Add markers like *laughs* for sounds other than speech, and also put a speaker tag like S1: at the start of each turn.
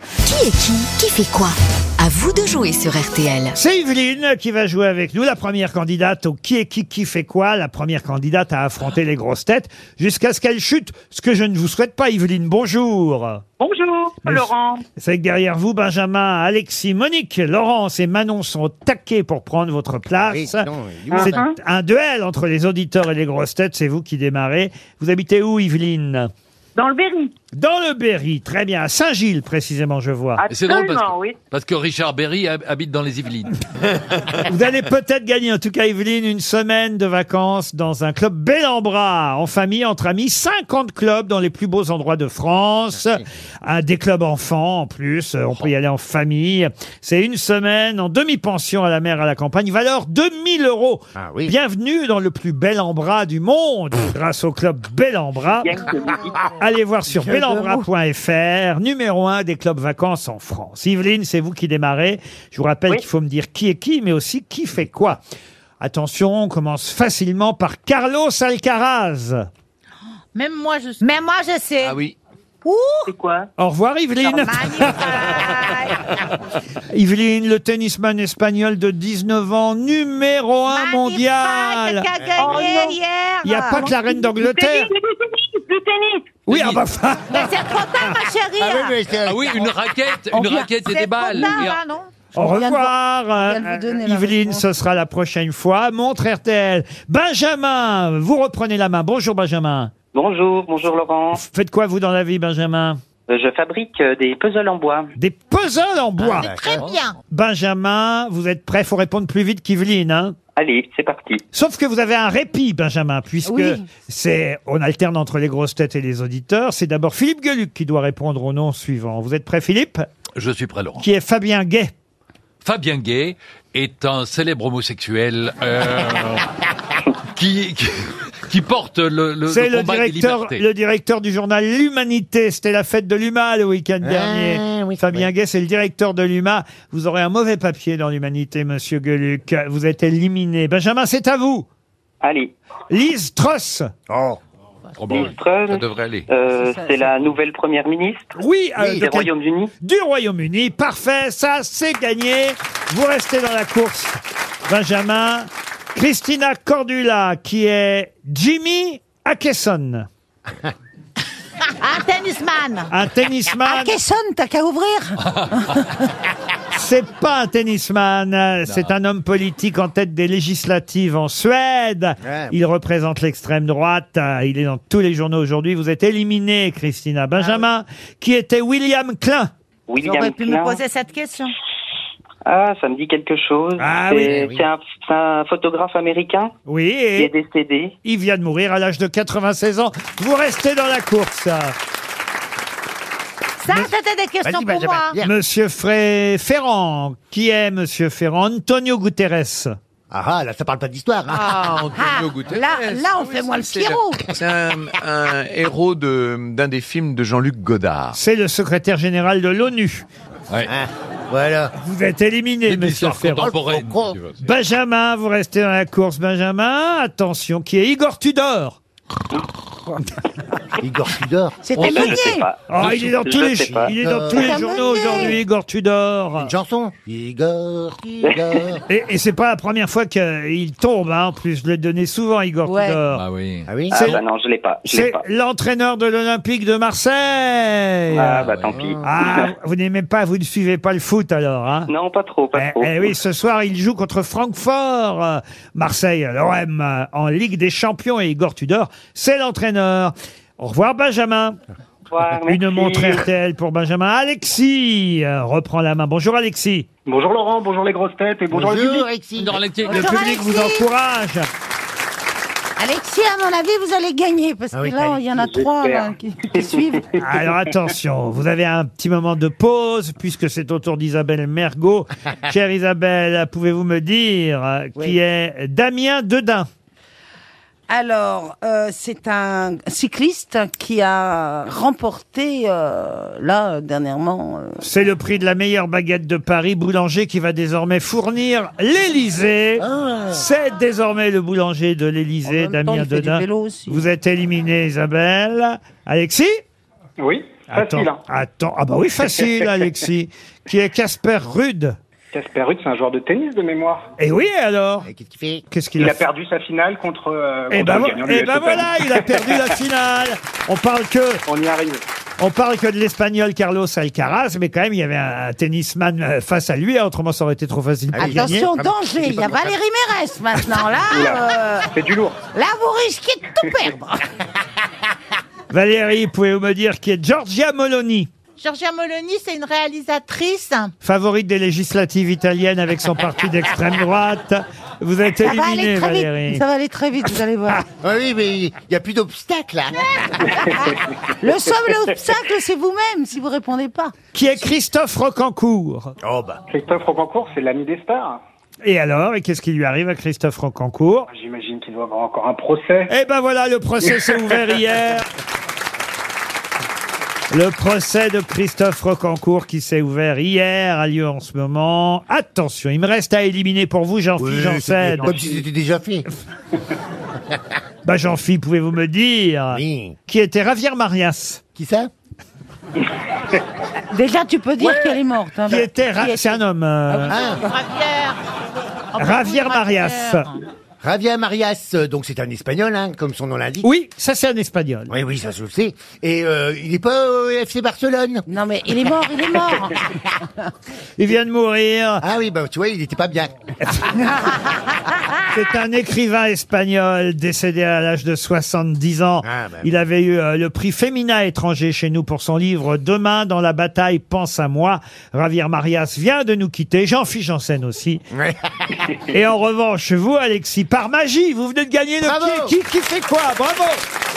S1: Qui est qui Qui fait quoi À vous de jouer sur RTL.
S2: C'est Yveline qui va jouer avec nous, la première candidate au qui est qui qui fait quoi, la première candidate à affronter les grosses têtes jusqu'à ce qu'elle chute, ce que je ne vous souhaite pas Yveline. Bonjour.
S3: Bonjour,
S2: Mais-
S3: Laurent.
S2: C'est que derrière vous, Benjamin, Alexis, Monique, Laurence et Manon sont taqués pour prendre votre place.
S4: Oui,
S2: C'est
S4: non, il est où, Ah, ça
S2: un duel entre les auditeurs et les grosses têtes, c'est vous qui démarrez. Vous habitez où Yveline
S3: Dans le Berry.
S2: Dans le Berry, très bien, à Saint-Gilles précisément, je vois.
S5: Et c'est drôle parce que,
S3: Absolument, oui.
S5: parce que Richard Berry hab- habite dans les Yvelines.
S2: Vous allez peut-être gagner, en tout cas, Evelyne, une semaine de vacances dans un club bel en bras, en famille, entre amis. 50 clubs dans les plus beaux endroits de France. Ah, des clubs enfants, en plus. Euh, On peut y aller en famille. C'est une semaine en demi-pension à la mer, à la campagne. Valeur 2000 euros.
S4: Ah oui.
S2: Bienvenue dans le plus bel en bras du monde, grâce au club bel en bras.
S3: Bien
S2: *laughs*
S3: que oui.
S2: Allez voir sur belambra.fr, numéro un des clubs vacances en France. Yveline, c'est vous qui démarrez. Je vous rappelle
S3: Oui.
S2: qu'il faut me dire qui est qui, mais aussi qui fait quoi. Attention, on commence facilement par Carlos Alcaraz.
S6: Même moi, je suis.
S7: Mais moi, je sais.
S5: Ah oui.
S3: C'est quoi
S2: Au revoir Yveline.
S7: *laughs* Magnifique.
S2: *laughs* Yveline, le tennisman espagnol de 19 ans, numéro un Ah, mondial.
S7: Magnifique, qui a
S3: Oh
S7: gagné
S3: non.
S7: hier.
S2: Il n'y a pas que la reine
S3: Le
S2: d'Angleterre.
S3: tennis, le tennis, le tennis.
S2: Oui, ah bah, enfin,
S7: Mais c'est trop tard, ma chérie.
S4: Ah oui, mais c'est-
S5: Ah oui,
S7: *laughs*
S5: une raquette, une raquette et
S7: C'est
S5: des
S7: trop
S5: balles.
S7: tard,
S5: Et-
S7: hein, non
S2: au
S6: viens de
S2: revoir. euh,
S6: je viens de vous donner la
S2: Yveline,
S6: réponse.
S2: ce sera la prochaine fois. Montre RTL. Benjamin, vous reprenez la main. Bonjour Benjamin.
S3: Bonjour, bonjour Laurent.
S2: Faites quoi, vous, dans la vie, Benjamin
S3: Euh, Je fabrique euh, des puzzles en bois.
S2: Des puzzles en bois.
S4: Ah,
S7: Très bien.
S2: Benjamin, vous êtes prêt Faut répondre plus vite qu'Yveline, hein
S3: Allez, c'est parti.
S2: Sauf que vous avez un répit, Benjamin, puisque
S6: Oui.
S2: c'est on alterne entre les grosses têtes et les auditeurs. C'est d'abord Philippe Gueluc qui doit répondre au nom suivant. Vous êtes prêt, Philippe
S5: Je suis prêt, Laurent.
S2: Qui est Fabien Gay.
S5: Fabien Gay est un célèbre homosexuel
S7: *laughs*
S5: euh, qui, qui, qui porte le, le,
S2: C'est
S5: le
S2: le
S5: combat
S2: directeur,
S5: des libertés.
S2: le directeur du journal L'Humanité. C'était la fête de l'UMA le week-end dernier. Fabien Gay, c'est le directeur de l'UMA. Vous aurez un mauvais papier dans l'Humanité, monsieur Gueluc. Vous êtes éliminé. Benjamin, c'est à vous.
S3: Allez.
S2: Lise Tross.
S4: Oh,
S5: Oh, bon,
S3: Liz Truss,
S5: ça devrait aller.
S3: euh,
S6: C'est ça,
S3: c'est
S6: ça.
S3: la nouvelle première ministre
S2: Oui, euh, de
S3: des
S2: quel-
S3: Royaumes-Unis.
S2: du Royaume-Uni. Parfait, ça c'est gagné. Vous restez dans la course, Benjamin. Christina Cordula, qui est Jimmy Akeson,
S7: Un Ah, tennisman.
S2: un tennisman.
S6: Kesson, t'as qu'à ouvrir.
S2: C'est pas un tennisman, euh, c'est un homme politique en tête des législatives en Suède.
S4: Ouais.
S2: Il représente l'extrême droite. euh, Il est dans tous les journaux aujourd'hui. Vous êtes éliminé, Christina. Benjamin, qui était William Klein.
S3: William
S7: J'aurais pu me
S3: Klein.
S7: poser cette question.
S3: Ah, ça me dit quelque chose.
S2: Ah
S3: c'est,
S2: oui,
S4: oui.
S3: c'est un, c'est un photographe américain
S2: Oui,
S3: qui
S2: et
S3: est décédé.
S2: Il vient de mourir à l'âge de 96 ans. Vous restez dans la course.
S7: Ça, c'était des questions
S4: vas-y,
S7: pour moi.
S4: Benjamin. viens.
S2: Monsieur Fré Ferrand. Qui est Monsieur Ferrand Antonio Guterres.
S4: Ah ah, là, ça parle pas d'histoire. hein.
S8: Ah,
S7: Ah,
S8: Antonio Guterres.
S7: là, là, on
S8: Ah oui,
S7: fait moins le
S8: c'est-
S7: Pierrot.
S8: C'est un, un héros de- d'un des films de Jean-Luc Godard.
S2: C'est le secrétaire général de l'ONU.
S5: Ouais.
S4: Hein, *laughs* voilà.
S2: Vous êtes éliminé,
S5: Et
S2: Monsieur
S5: l'histoire
S2: Ferrand.
S5: contemporaine.
S4: Oh,
S5: si tu veux.
S2: Benjamin, vous restez dans la course, Benjamin. Attention, qui est Igor Tudor
S4: Igor Tudor.
S3: Oh, ça,
S7: C'était
S3: je sais
S7: Meunier.
S3: pas.
S2: Oh, il est dans
S3: Je
S2: tous les,
S3: sais pas. Euh.
S2: il est dans tous les
S7: T'as
S2: journaux
S7: mené.
S2: aujourd'hui, Igor Tudor.
S4: Une chanson. Igor Tudor.
S2: Et, et c'est pas la première fois qu'il tombe, hein. en plus, je l'ai donné souvent, Igor
S6: Ouais.
S2: Tudor.
S5: Ah oui.
S4: *laughs* Ah oui.
S3: Ah
S2: C'est-
S3: bah non, je l'ai pas. Je l'ai
S2: C'est
S3: pas.
S2: l'entraîneur de l'Olympique de Marseille.
S3: Ah bah tant pis.
S2: Ah, vous n'aimez pas, vous ne suivez pas le foot alors, hein
S3: Non, pas trop, pas
S2: eh,
S3: trop.
S2: eh oui, ce soir, il joue contre Francfort. euh, Marseille, l'OM, euh, en Ligue des Champions. Et Igor Tudor, c'est l'entraîneur. Au revoir, Benjamin.
S3: Au revoir,
S2: Une
S3: merci.
S2: montre RTL pour Benjamin. Alexis euh, reprend la main. Bonjour, Alexis.
S9: Bonjour Laurent, bonjour les grosses têtes et bonjour, le public.
S4: Bonjour, Alexis.
S5: Dans les-
S2: Le
S7: Bonjour,
S2: public vous
S7: Alexis.
S2: encourage.
S6: Alexis, à mon avis, vous allez gagner parce
S4: Ah
S6: que
S4: oui,
S6: là, il y en a trois
S3: j'espère.
S6: là, qui, qui suivent.
S2: Alors attention, vous avez un petit moment de pause puisque c'est au tour d'Isabelle
S6: *laughs*
S2: Mergot. Chère Isabelle, pouvez-vous me dire euh, qui est Damien Dedin
S6: Alors, euh, c'est un cycliste qui a remporté euh, là euh, dernièrement. euh,
S2: C'est le prix de la meilleure baguette de Paris, boulanger qui va désormais fournir l'Élysée. C'est désormais le boulanger de
S6: Ah. en
S2: l'Élysée,
S6: même temps,
S2: Damien
S6: il fait du
S2: Dedin.
S6: vélo aussi.
S2: Vous êtes éliminé, Isabelle. Alexis
S9: Oui.
S2: Attends,
S9: Facile, hein.
S2: attends. Ah bah
S9: *laughs*
S2: oui, facile, Alexis. Qui est Casper Rude.
S9: Casper Ruud, c'est un joueur de tennis de mémoire.
S2: Et oui, alors
S4: Et Qu'est-ce qu'il fait
S2: Qu'est-ce qu'il
S9: Il
S2: a,
S9: a
S2: fait
S9: perdu sa finale contre. euh,
S2: Eh
S9: contre
S2: ben,
S9: le
S2: vo-
S9: gagnant du
S2: eh
S9: US
S2: ben
S9: Open.
S2: voilà, il a perdu la finale. On parle que,
S9: On y arrive.
S2: on parle que de l'espagnol Carlos Alcaraz, mais quand même, il y avait un, un tennisman euh, face à lui, autrement ça aurait été trop facile pour gagner.
S7: Attention, danger, il y a Valérie Mérès maintenant, là. euh,
S9: C'est du lourd.
S7: là, vous risquez de tout perdre.
S2: Valérie, pouvez-vous me dire qui est Giorgia Moloni,
S7: Giorgia Moloni, c'est une réalisatrice.
S2: favorite des législatives italiennes avec son parti d'extrême droite Vous êtes
S6: Ça va
S2: éliminée,
S6: aller très
S2: Valérie.
S6: vite. Ça va aller très vite, vous
S2: *laughs*
S6: allez voir.
S4: Ah Oui, mais il n'y a plus d'obstacle, là.
S6: Le seul obstacle, c'est vous-même si vous répondez pas.
S2: Qui est Christophe Rocancourt
S4: Oh, bah.
S9: Christophe Rocancourt, c'est l'ami des stars.
S2: Et alors, et qu'est-ce qui lui arrive à Christophe Rocancourt
S9: J'imagine qu'il doit avoir encore un procès.
S2: Eh ben voilà, le procès s'est ouvert hier. Le procès de Christophe Rocancourt qui s'est ouvert hier a lieu en ce moment. Attention, il me reste à éliminer pour vous Jean-Philippe
S4: Oui, c'était-
S2: Janssen.
S4: Comme si c'était déjà fait.
S2: Bah Jean-Philippe, pouvez-vous me dire
S4: Oui.
S2: qui était Javier Marias
S4: Qui ça
S6: Déjà, tu peux dire qu'elle est morte. hein.
S2: Qui était Ra- c'est un homme. euh,
S4: Ah,
S7: Ravière.
S2: Javier Marias.
S4: Javier Marias, euh, donc c'est un espagnol, hein, comme son nom l'indique.
S2: Oui, ça c'est un espagnol.
S4: Oui, oui, ça je le sais. Et euh, il n'est pas au FC Barcelone.
S6: Non mais il est mort, il
S2: *laughs*
S6: est mort.
S2: Il vient de mourir.
S4: Ah oui, bah tu vois, il n'était pas bien.
S2: C'est un écrivain espagnol décédé à l'âge de 70 ans.
S4: Ah, bah oui.
S2: Il avait eu euh, le prix Féminin étranger chez nous pour son livre Demain dans la bataille, pense à moi. Javier Marias vient de nous quitter, Jean-Philippe Janssen aussi.
S4: Ouais.
S2: Et en revanche, vous, Alexis, par magie, vous venez de gagner le
S4: Bravo
S2: qui, qui, qui fait quoi Bravo